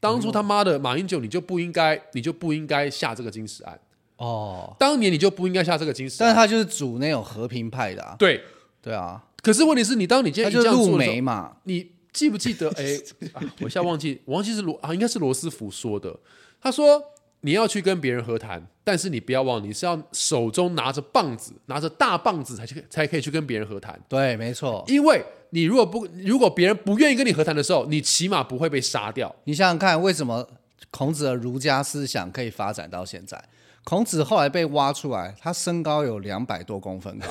[SPEAKER 1] 当
[SPEAKER 2] 嗯
[SPEAKER 1] 初他妈的马英九，你就不应该，你就不应该下这个金石案。
[SPEAKER 2] 哦，
[SPEAKER 1] 当年你就不应该下这个金石
[SPEAKER 2] 但是啊
[SPEAKER 1] 案。
[SPEAKER 2] 他就是主那种和平派的啊，
[SPEAKER 1] 对，
[SPEAKER 2] 对啊，
[SPEAKER 1] 可是问题是你当你今
[SPEAKER 2] 他
[SPEAKER 1] 天一这
[SPEAKER 2] 就是
[SPEAKER 1] 样
[SPEAKER 2] 入
[SPEAKER 1] 做的时候
[SPEAKER 2] 梅，嘛。
[SPEAKER 1] 你记不记 得？哎、啊我一下忘记，我忘记是罗啊，应该是罗斯福说的。他说你要去跟别人和谈，但是你不要忘，你是要手中拿着棒子，拿着大棒子才去才可以去跟别人和谈。
[SPEAKER 2] 对，没错。
[SPEAKER 1] 因为你如果不，如果别人不愿意跟你和谈的时候，你起码不会被杀掉。
[SPEAKER 2] 你想想看，为什么孔子的儒家思想可以发展到现在？孔子后来被挖出来，他身高有两百多公分高，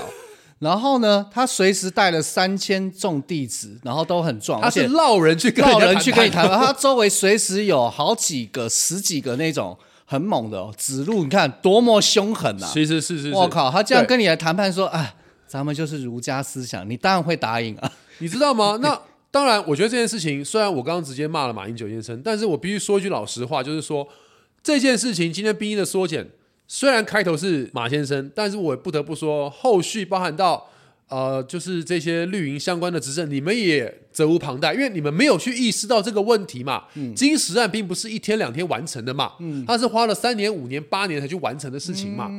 [SPEAKER 2] 然后呢，他随时带了三千众弟子，然后都很壮，
[SPEAKER 1] 他
[SPEAKER 2] 而
[SPEAKER 1] 是
[SPEAKER 2] 且
[SPEAKER 1] 绕人去跟
[SPEAKER 2] 老
[SPEAKER 1] 家
[SPEAKER 2] 人去跟你
[SPEAKER 1] 谈
[SPEAKER 2] 谈判，他周围随时有好几个、十几个那种很猛的、哦、子路，你看多么凶狠
[SPEAKER 1] 判。
[SPEAKER 2] 啊！
[SPEAKER 1] 其实是是，是
[SPEAKER 2] 我靠，他这样
[SPEAKER 1] 对
[SPEAKER 2] 跟你来谈判说，啊，咱们就是儒家思想，你当然会答应啊。
[SPEAKER 1] 你知道吗？那当然，我觉得这件事情虽然我刚刚直接骂了马英九先生，但是我必须说一句老实话，就是说这件事情今天兵役的缩减，虽然开头是马先生，但是我不得不说，后续包含到呃，就是这些绿营相关的执政，你们也责无旁贷，因为你们没有去意识到这个问题嘛。金石案并不是一天两天完成的嘛，它是花了三年、五年、八年才去完成的事情嘛。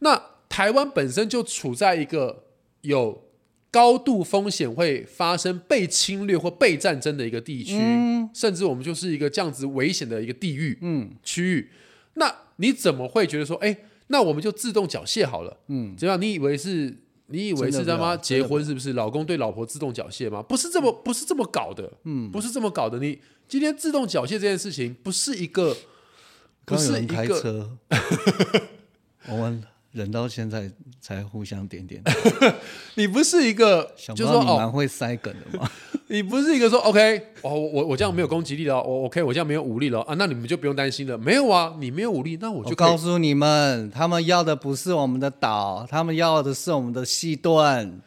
[SPEAKER 1] 那台湾本身就处在一个有高度风险会发生被侵略或被战争的一个地区，
[SPEAKER 2] 嗯
[SPEAKER 1] 甚至我们就是一个这样子危险的一个地域，嗯，区域。那你怎么会觉得说，哎，那我们就自动缴械好了？嗯，怎么样？你以为是？你以为是
[SPEAKER 2] 真的
[SPEAKER 1] 他
[SPEAKER 2] 不要
[SPEAKER 1] 妈结婚是不是？老公对老婆自动缴械吗？不是这么，不是这么搞的，嗯，不是这么搞的。你今天自动缴械这件事情，不是一个，不
[SPEAKER 2] 刚刚有
[SPEAKER 1] 是
[SPEAKER 2] 人
[SPEAKER 1] 一
[SPEAKER 2] 开
[SPEAKER 1] 个，
[SPEAKER 2] 车，我们忍到现在才互相 点点，
[SPEAKER 1] 你不是一个，
[SPEAKER 2] 想不
[SPEAKER 1] 就说
[SPEAKER 2] 到你
[SPEAKER 1] 哦，
[SPEAKER 2] 蛮会塞梗的嘛。
[SPEAKER 1] 你不是一个说 OK，哦，我我我这样没有攻击力了，我 OK，我这样没有武力了啊，那你们就不用担心了。没有啊，你没有武力，那我
[SPEAKER 2] 我
[SPEAKER 1] 就可以
[SPEAKER 2] 告诉你们，他们要的不是我们的岛，他们要的是我们的细盾，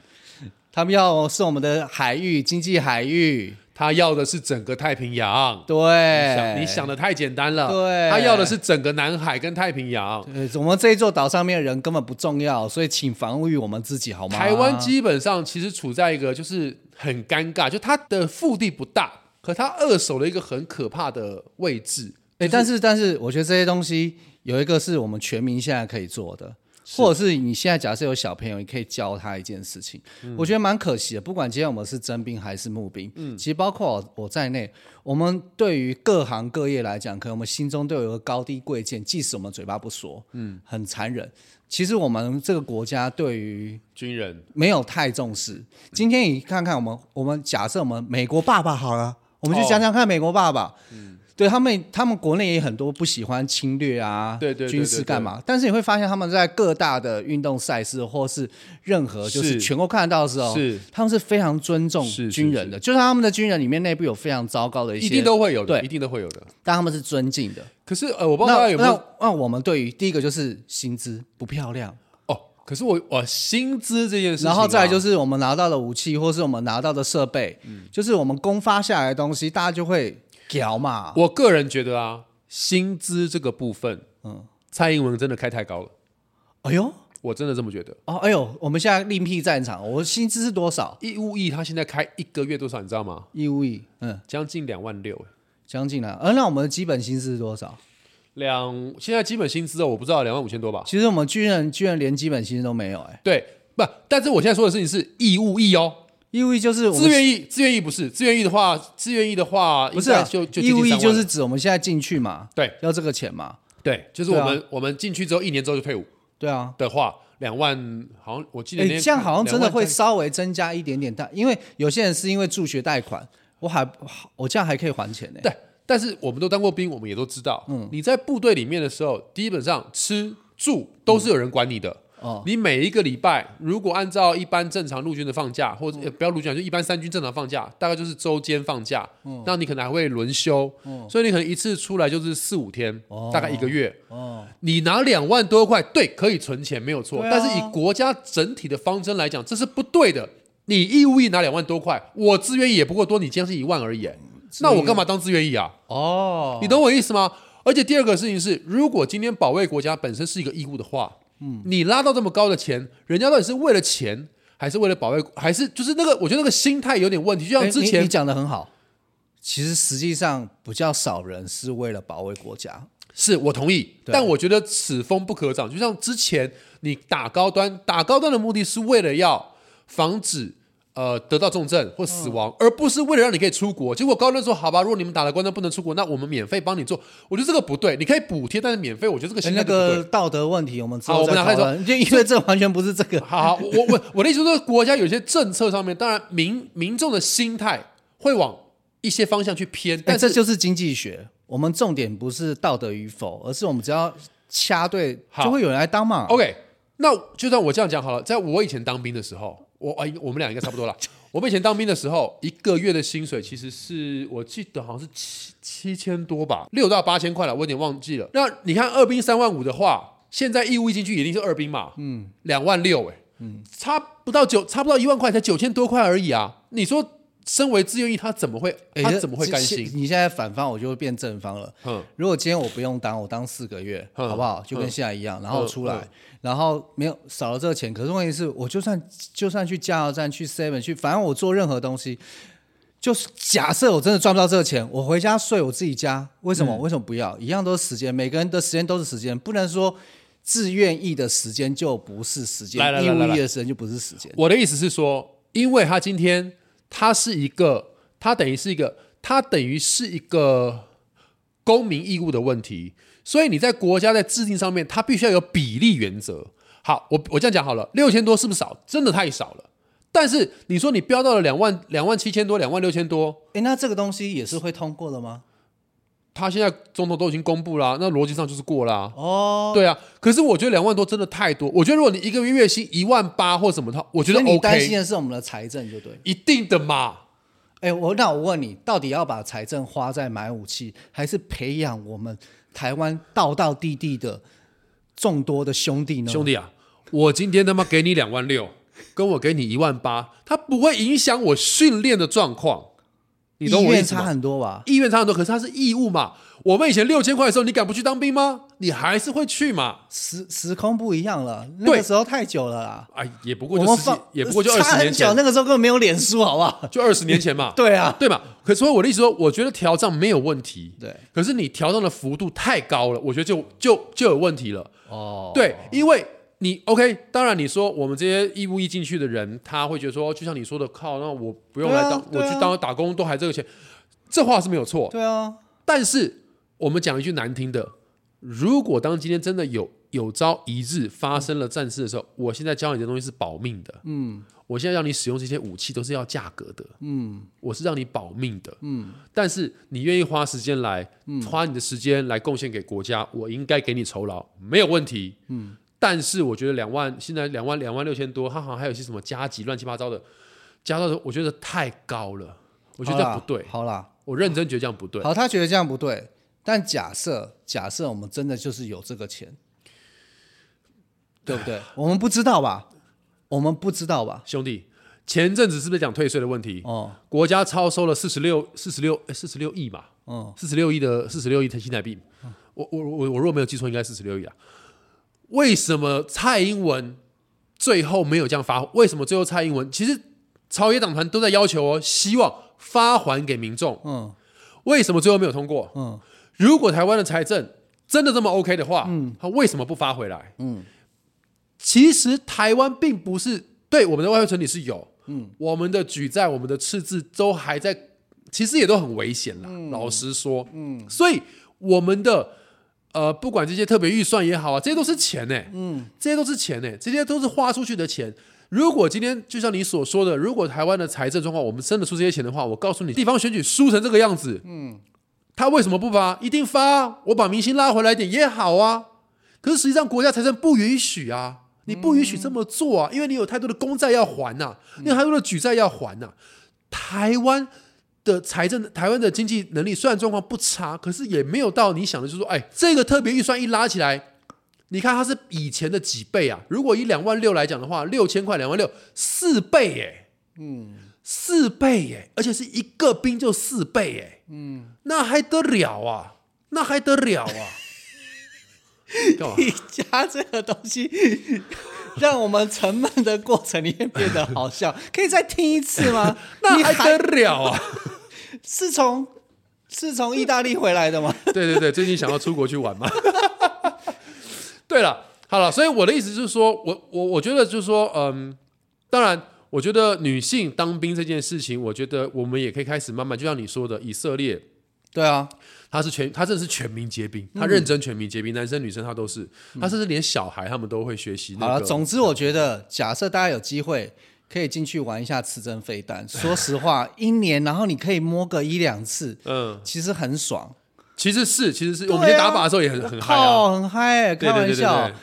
[SPEAKER 2] 他们要的是我们的海域经济海域。
[SPEAKER 1] 他要的是整个太平洋。你
[SPEAKER 2] 对，
[SPEAKER 1] 想你想的太简单了，
[SPEAKER 2] 哎对
[SPEAKER 1] 他要的是整个南海跟太平洋。
[SPEAKER 2] 呃，我们这一座岛上面的人根本不重要，所以请防御我们自己好吗？
[SPEAKER 1] 台湾基本上其实处在一个就是很尴尬，就它的腹地不大，可它二手的一个很可怕的位置。
[SPEAKER 2] 哎、但是但是，我觉得这些东西有一个是我们全民现在可以做的，或者是你现在假设有小朋友，你可以教他一件事情，我觉得蛮可惜的。不管今天我们是征兵还是募兵，嗯，其实包括我我在内，我们对于各行各业来讲，可能我们心中都有一个高低贵贱，即使我们嘴巴不说，嗯，很残忍。其实我们这个国家对于
[SPEAKER 1] 军人
[SPEAKER 2] 没有太重视。今天你看看我们，我们假设我们美国爸爸好了，我们去
[SPEAKER 1] 哦
[SPEAKER 2] 讲讲看美国爸爸。
[SPEAKER 1] 嗯
[SPEAKER 2] 对他们，他们国内也很多不喜欢侵略啊，
[SPEAKER 1] 对对对
[SPEAKER 2] 军事干嘛？但是你会发现他们在各大的运动赛事或是任何就是
[SPEAKER 1] 是
[SPEAKER 2] 全国看得到的时候，
[SPEAKER 1] 是
[SPEAKER 2] 他们是啊非常尊重
[SPEAKER 1] 是是
[SPEAKER 2] 军人的，就算他们的军人里面内部有非常糟糕的一些，
[SPEAKER 1] 一定都会有的，
[SPEAKER 2] 对
[SPEAKER 1] 一定都会有的。
[SPEAKER 2] 但他们是尊敬的。
[SPEAKER 1] 可是呃，我不知道大
[SPEAKER 2] 那
[SPEAKER 1] 家有没有
[SPEAKER 2] 那那我们对于第一个就是薪资不漂亮，
[SPEAKER 1] 哦？可是我我薪资这件事情啊，
[SPEAKER 2] 然后再来就是是我们拿到的武器，或是我们拿到的设备，
[SPEAKER 1] 嗯
[SPEAKER 2] 就是我们公发下来的东西，大家就会屌嘛。
[SPEAKER 1] 我个人觉得啊，薪资这个部分，
[SPEAKER 2] 嗯
[SPEAKER 1] 蔡英文真的开太高了，
[SPEAKER 2] 哎呦，
[SPEAKER 1] 我真的这么觉得。
[SPEAKER 2] 哦，哎呦，我们现在另辟战场，我薪资是多少？
[SPEAKER 1] 义务役他现在开一个月多少，你知道吗？
[SPEAKER 2] 义务役，嗯，
[SPEAKER 1] 将近两万六，
[SPEAKER 2] 将近了。而、那我们的基本薪资是多少？
[SPEAKER 1] 两现在基本薪资哦，我不知道两万五千多吧？
[SPEAKER 2] 其实我们居然居然连基本薪资都没有、哎，
[SPEAKER 1] 对，不，但是我现在说的事情是义务役哦，
[SPEAKER 2] 义务役就是我
[SPEAKER 1] 自
[SPEAKER 2] 们
[SPEAKER 1] 愿役，自愿役不是自愿役的话，自愿役的话
[SPEAKER 2] 不是、啊
[SPEAKER 1] 应该就就接
[SPEAKER 2] 义
[SPEAKER 1] 近
[SPEAKER 2] 务役
[SPEAKER 1] 3万
[SPEAKER 2] 就
[SPEAKER 1] 了
[SPEAKER 2] 是指我们现在进去嘛，
[SPEAKER 1] 对，
[SPEAKER 2] 要这个钱嘛，
[SPEAKER 1] 对，就是
[SPEAKER 2] 对
[SPEAKER 1] 我
[SPEAKER 2] 啊
[SPEAKER 1] 们、我们进去之后一年之后就退伍
[SPEAKER 2] 对啊。
[SPEAKER 1] 的话，两万好像我记得
[SPEAKER 2] 哎
[SPEAKER 1] 那，天
[SPEAKER 2] 这样好像真的会
[SPEAKER 1] 两万
[SPEAKER 2] 稍微增加一点点，但因为有些人是因为助学贷款，我还我这样还可以还钱呢、嗯
[SPEAKER 1] 加对，但是我们都当过兵，我们也都知道，你在部队里面的时候，基本上吃住都是有人管你的。
[SPEAKER 2] 哦
[SPEAKER 1] 你每一个礼拜，如果按照一般正常陆军的放假，
[SPEAKER 2] 嗯
[SPEAKER 1] 或者、呃不要陆军啊，就一般三军正常放假，大概就是周间放假。
[SPEAKER 2] 嗯
[SPEAKER 1] 那你可能还会轮休，所以你可能一次出来就是四五天，大概一个月。
[SPEAKER 2] 哦，
[SPEAKER 1] 你拿两万多块，对，可以存钱没有错，
[SPEAKER 2] 对啊
[SPEAKER 1] 但是以国家整体的方针来讲，这是不对的。你义务役拿两万多块，我自愿役也不过多你将近一万而已，哎那我干嘛当自愿役啊？
[SPEAKER 2] 嗯哦，
[SPEAKER 1] 你懂我意思吗？而且第二个事情是，如果今天保卫国家本身是一个义务的话，
[SPEAKER 2] 嗯
[SPEAKER 1] 你拉到这么高的钱，人家到底是为了钱，还是为了保卫，还是就是那个，我觉得那个心态有点问题。就
[SPEAKER 2] 哎
[SPEAKER 1] 像之
[SPEAKER 2] 你
[SPEAKER 1] 前
[SPEAKER 2] 你讲的很好，其实实际上比较少人是为了保卫国家，
[SPEAKER 1] 是我同意，
[SPEAKER 2] 对
[SPEAKER 1] 但我觉得此风不可长。就像之前你打高端，打高端的目的是为了要防止呃得到重症或死
[SPEAKER 2] 嗯
[SPEAKER 1] 亡，而不是为了让你可以出国。结果高端说好吧，如果你们打了高端不能出国，那我们免费帮你做。我觉得这个不对，你可以补贴，但是免费，我觉得这个
[SPEAKER 2] 哎
[SPEAKER 1] 心态
[SPEAKER 2] 那
[SPEAKER 1] 就不对。
[SPEAKER 2] 个道德问题我们之
[SPEAKER 1] 好
[SPEAKER 2] 后
[SPEAKER 1] 我
[SPEAKER 2] 再
[SPEAKER 1] 们拿开
[SPEAKER 2] 讨论，就因为这完全不是这个。
[SPEAKER 1] 好好，我我我的意思说，国家有些政策上面，当然民民众的心态会往一些方向去偏， 但
[SPEAKER 2] 但哎这
[SPEAKER 1] 是
[SPEAKER 2] 就是经济学，我们重点不是道德与否，而是我们只要掐对，
[SPEAKER 1] 好
[SPEAKER 2] 就会有人来当嘛。
[SPEAKER 1] OK，那就算我这样讲好了，在我以前当兵的时候，我哎，我们俩应该差不多 啦。我们以前当兵的时候，一个月的薪水其实是我记得好像是七七千多吧，六到八千块了，我有点忘记了。那你看二兵三万五的话，现在义务役进去一定是二兵嘛，嗯，两万六哎、嗯，差不到九，差不到一万块，才九千多块而已啊。你说身为自愿役，他怎么会
[SPEAKER 2] 哎
[SPEAKER 1] 他
[SPEAKER 2] 这
[SPEAKER 1] 怎么会甘心
[SPEAKER 2] 这？你现在反方，我就会变正方了。
[SPEAKER 1] 嗯，
[SPEAKER 2] 如果今天我不用当，我当四个月，
[SPEAKER 1] 嗯
[SPEAKER 2] 好不好？就跟现在一样，然后出来，
[SPEAKER 1] 嗯
[SPEAKER 2] 然后没有少了这个钱。可是问题是，我就算就算去加油站、去 Seven、去，反正我做任何东西，就是假设我真的赚不到这个钱，我回家睡我自己家，为
[SPEAKER 1] 嗯
[SPEAKER 2] 什么？为什么不要？一样都是时间，每个人的时间都是时间，不能说自愿意的时间就不是时间
[SPEAKER 1] 来，来
[SPEAKER 2] 义
[SPEAKER 1] 来来
[SPEAKER 2] 务
[SPEAKER 1] 来
[SPEAKER 2] 意的时间就不是时间。
[SPEAKER 1] 我的意思是说，因为他今天他是一个，他等于是一个，他等于是一个公民义务的问题，所以你在国家在制定上面，它必须要有比例原则。好，我我这样讲好了，六千多是不是少？真的太少了。但是你说你飙到了两万、两万七千多、两万六千多，
[SPEAKER 2] 哎，那这个东西也是会通过的吗？
[SPEAKER 1] 他现在总统都已经公布啦、那逻辑上就是过啦、
[SPEAKER 2] 哦，
[SPEAKER 1] 对啊，可是我觉得两万多真的太多。我觉得如果你一个月月薪一万八或什么的，我觉得
[SPEAKER 2] 所以你担心
[SPEAKER 1] OK，
[SPEAKER 2] 的是我们的财政，就对了。
[SPEAKER 1] 一定的嘛。
[SPEAKER 2] 哎，我那我问你，到底要把财政花在买武器，还是培养我们台湾道道地地的众多的兄弟呢？
[SPEAKER 1] 兄弟啊，我今天他妈给你两万六，跟我给你一万八，它不会影响我训练的状况，你懂
[SPEAKER 2] 意
[SPEAKER 1] 我意
[SPEAKER 2] 愿
[SPEAKER 1] 思
[SPEAKER 2] 差
[SPEAKER 1] 吗？
[SPEAKER 2] 很多吧？
[SPEAKER 1] 意愿差很多，可是它是义务嘛。我们以前六千块的时候，你敢不去当兵吗？你还是会去嘛？
[SPEAKER 2] 时时空不一样了，那个时候太久了啦。
[SPEAKER 1] 哎，也不过
[SPEAKER 2] 我
[SPEAKER 1] 就
[SPEAKER 2] 们
[SPEAKER 1] 十几
[SPEAKER 2] 放，
[SPEAKER 1] 也不过就二
[SPEAKER 2] 差
[SPEAKER 1] 十
[SPEAKER 2] 很
[SPEAKER 1] 年
[SPEAKER 2] 久，
[SPEAKER 1] 前，
[SPEAKER 2] 那个时候根本没有脸书，好不好？
[SPEAKER 1] 就二十年前嘛，
[SPEAKER 2] 对啊，
[SPEAKER 1] 对嘛？可所以我的意思说，我觉得调账没有问题，
[SPEAKER 2] 对，
[SPEAKER 1] 可是你调账的幅度太高了，我觉得就就就有问题了。
[SPEAKER 2] 哦，
[SPEAKER 1] 对，因为你 OK，当然你说我们这些义务役进去的人，他会觉得说，哦就像你说的，靠，那我不用
[SPEAKER 2] 对
[SPEAKER 1] 来
[SPEAKER 2] 啊
[SPEAKER 1] 当，
[SPEAKER 2] 对
[SPEAKER 1] 我
[SPEAKER 2] 啊
[SPEAKER 1] 去当打工都还这个钱，这话是没有错。
[SPEAKER 2] 对啊，
[SPEAKER 1] 但是我们讲一句难听的，如果当今天真的有有朝一日发生了战事的时候，我现在教你的东西是保命的，嗯，我现在让你使用这些武器都是要价格的，嗯，我是让你保命的，嗯，但是你愿意花时间来，花你的时间来贡献给国家，我应该给你酬劳，没有问题，嗯。但是我觉得两万现在两万两万六千多，它好像还有一些什么加急乱七八糟的，加到的我觉得太高了，我
[SPEAKER 2] 我
[SPEAKER 1] 觉得这样不对，
[SPEAKER 2] 好啦，
[SPEAKER 1] 我认真觉得这样不对。
[SPEAKER 2] 好，他觉得这样不对。但假设假设我们真的就是有这个钱，对 不对？我们不知道吧？我们不知道吧？
[SPEAKER 1] 兄弟，前阵子是不是讲退税的问题？
[SPEAKER 2] 啊哦，
[SPEAKER 1] 国家超收了四十六、四十六、哎四十六亿嘛，
[SPEAKER 2] 嗯，
[SPEAKER 1] 四十六亿的四十六亿的新台币。我我我我若没有记错，应该四十六亿啊。为什么蔡英文最后没有这样发？为什么最后蔡英文其实朝野党团都在要求哦，希望发还给民众。
[SPEAKER 2] 嗯，
[SPEAKER 1] 为什么最后没有通过？嗯，如果台湾的财政真的这么 OK 的话，嗯，他为什么不发回来？嗯，其实台湾并不是对我们的外汇存底是有，嗯，我们的举债、我们的赤字都还在，其实也都很危险啦。老实说，嗯，所以我们的。呃，不管这些特别预算也好啊，这些都是钱呢、嗯，这些都是钱呢、这些都是花出去的钱。如果今天就像你所说的，如果台湾的财政状况我们生得出这些钱的话，我告诉你，地方选举输成这个样子，嗯，他为什么不发？一定发、啊，我把明星拉回来一点也好啊。可是实际上国家财政不允许啊，你不允许这么做啊，因为你有太多的公债要还呐、你有太多的举债要还呐、台湾的财政，台湾的经济能力虽然状况不差，可是也没有到你想的，就是说，哎，这个特别预算一拉起来，你看它是以前的几倍啊？如果以两万六来讲的话，六千块两万六，四倍耶、嗯，四倍耶、而且是一个兵就四倍耶、嗯，那还得了啊？那还得了 啊？干嘛？
[SPEAKER 2] 你加这个东西， 让我们沉闷的过程里面变得好笑，可以再听一次吗？
[SPEAKER 1] 那
[SPEAKER 2] 你
[SPEAKER 1] 还得了啊？
[SPEAKER 2] 是从是从意大利回来的 吗？
[SPEAKER 1] 对对对，最近想要出国去玩嘛。 对了，好了，所以我的意思就是说，我我我觉得就是说，嗯，当然，我觉得女性当兵这件事情，我觉得我们也可以开始慢慢，就像你说的，以色列
[SPEAKER 2] 对啊，
[SPEAKER 1] 他是全，他真的是全民皆
[SPEAKER 2] 嗯
[SPEAKER 1] 兵，他认真全民皆兵，男生女生他都是，他甚至连小孩他们都会学习
[SPEAKER 2] 好
[SPEAKER 1] 那
[SPEAKER 2] 了，
[SPEAKER 1] 个。
[SPEAKER 2] 总之我觉得，假设大家有机会可以进去玩一下刺针飞 弹，说实话，一年然后你可以摸个一两次，
[SPEAKER 1] 嗯，
[SPEAKER 2] 其实很爽，
[SPEAKER 1] 其实是，其实是、
[SPEAKER 2] 啊
[SPEAKER 1] 我们去打靶的时候也很很嗨啊。
[SPEAKER 2] 靠，很嗨、欸，
[SPEAKER 1] 对对
[SPEAKER 2] 开玩
[SPEAKER 1] 对对
[SPEAKER 2] 笑
[SPEAKER 1] 对。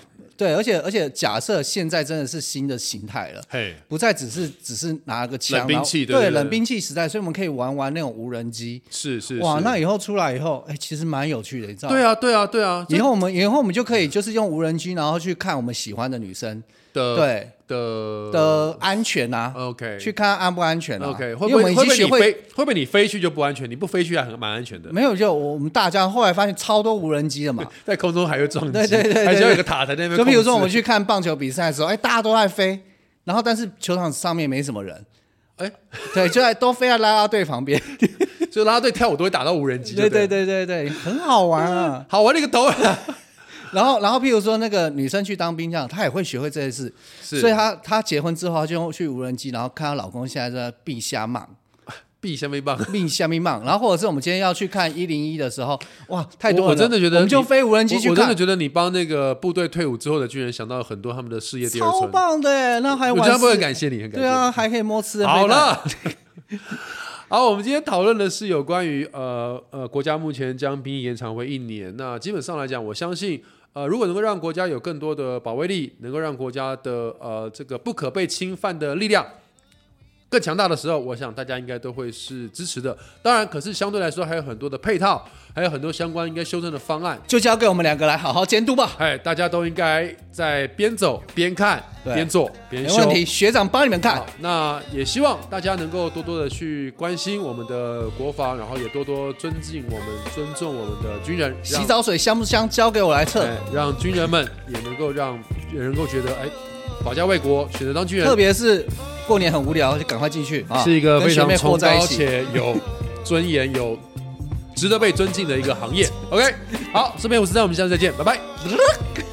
[SPEAKER 2] 对，而且而且，假设现在真的是新的形态了。
[SPEAKER 1] 嘿，
[SPEAKER 2] 不再只是只是拿个枪，
[SPEAKER 1] 冷兵器
[SPEAKER 2] 然后
[SPEAKER 1] 对
[SPEAKER 2] 对
[SPEAKER 1] 对对
[SPEAKER 2] 冷兵器时代，所以我们可以玩玩那种无人机。
[SPEAKER 1] 是是
[SPEAKER 2] 哇，
[SPEAKER 1] 是
[SPEAKER 2] 那以后出来以后，哎，其实蛮有趣的，你知道吗？
[SPEAKER 1] 对啊对啊对啊，
[SPEAKER 2] 以后我们以后我们就可以就是用无人机，然后去看我们喜欢的女生，
[SPEAKER 1] 的
[SPEAKER 2] 对
[SPEAKER 1] 的
[SPEAKER 2] 的安全啊，
[SPEAKER 1] 呃 OK
[SPEAKER 2] 去看安不安全啊
[SPEAKER 1] OK，
[SPEAKER 2] 因
[SPEAKER 1] 会不
[SPEAKER 2] 为
[SPEAKER 1] 会
[SPEAKER 2] 我们已
[SPEAKER 1] 会
[SPEAKER 2] 经
[SPEAKER 1] 不会你
[SPEAKER 2] 学会嗯
[SPEAKER 1] 飞会不会你飞去就不安全？你不飞去还很蛮安全的，
[SPEAKER 2] 没有就我们大家后来发现超多无人机 的嘛，
[SPEAKER 1] 在空中还会撞击，
[SPEAKER 2] 对对对对
[SPEAKER 1] 还需要有
[SPEAKER 2] 对
[SPEAKER 1] 个塔在那边控制。
[SPEAKER 2] 就比如说我们去看棒球比赛的时候，哎，大家都在飞，然后但是球场上面没什么人，
[SPEAKER 1] 哎，
[SPEAKER 2] 对，就在都飞在啦啦队 旁边，
[SPEAKER 1] 就拉队跳舞都会打到无人机，
[SPEAKER 2] 对
[SPEAKER 1] 对
[SPEAKER 2] 对
[SPEAKER 1] 了，
[SPEAKER 2] 对对对，很好玩啊。
[SPEAKER 1] 好玩那个头 啊，
[SPEAKER 2] 然后然后譬如说那个女生去当兵这样，她也会学会这些事，
[SPEAKER 1] 是
[SPEAKER 2] 所以她她结婚之后她就用去无人机，然后看她老公现在在 避瞎忙。
[SPEAKER 1] 避香 飞棒。
[SPEAKER 2] 命下命棒，然后或者是我们今天要去看一零一的时候，哇，太多
[SPEAKER 1] 我
[SPEAKER 2] 了，
[SPEAKER 1] 我真的觉得
[SPEAKER 2] 我们就
[SPEAKER 1] 你
[SPEAKER 2] 飞无人机
[SPEAKER 1] 我
[SPEAKER 2] 去
[SPEAKER 1] 我真的
[SPEAKER 2] 看，
[SPEAKER 1] 觉得你帮那个部队退伍之后的军人想到很多他们的事业第二
[SPEAKER 2] 超
[SPEAKER 1] 春，
[SPEAKER 2] 棒的耶，那还
[SPEAKER 1] 我
[SPEAKER 2] 玩
[SPEAKER 1] 真的不会
[SPEAKER 2] 是
[SPEAKER 1] 感谢你，很感谢。
[SPEAKER 2] 对啊，还可以摸吃。
[SPEAKER 1] 好，了。 好，我们今天讨论的是有关于呃呃国家目前将兵役延长为一年。那基本上来讲，我相信呃如果能够让国家有更多的保卫力，能够让国家的呃这个不可被侵犯的力量更强大的时候，我想大家应该都会是支持的。当然，可是相对来说还有很多的配套，还有很多相关应该修正的方案。
[SPEAKER 2] 就交给我们两个来好好监督吧，
[SPEAKER 1] 哎，大家都应该在边走边看
[SPEAKER 2] 对
[SPEAKER 1] 边做边
[SPEAKER 2] 没
[SPEAKER 1] 修。
[SPEAKER 2] 问题，学长帮你们看
[SPEAKER 1] 好，，那也希望大家能够多多的去关心我们的国防，然后也多多尊敬我们、尊重我们的军人。让
[SPEAKER 2] 洗澡水香不香？交给我来测
[SPEAKER 1] 哎，让军人们也能够让也能够觉得，哎，保家卫国，选择当军
[SPEAKER 2] 特
[SPEAKER 1] 人
[SPEAKER 2] 别是过年很无聊，就赶快进去啊，
[SPEAKER 1] 是一个
[SPEAKER 2] 跟
[SPEAKER 1] 非
[SPEAKER 2] 学
[SPEAKER 1] 常
[SPEAKER 2] 妹
[SPEAKER 1] 崇
[SPEAKER 2] 活在一
[SPEAKER 1] 高
[SPEAKER 2] 起。
[SPEAKER 1] 且有尊严、有值得被尊敬的一个行业。OK，好，这边我是在，我们下次再见，拜拜。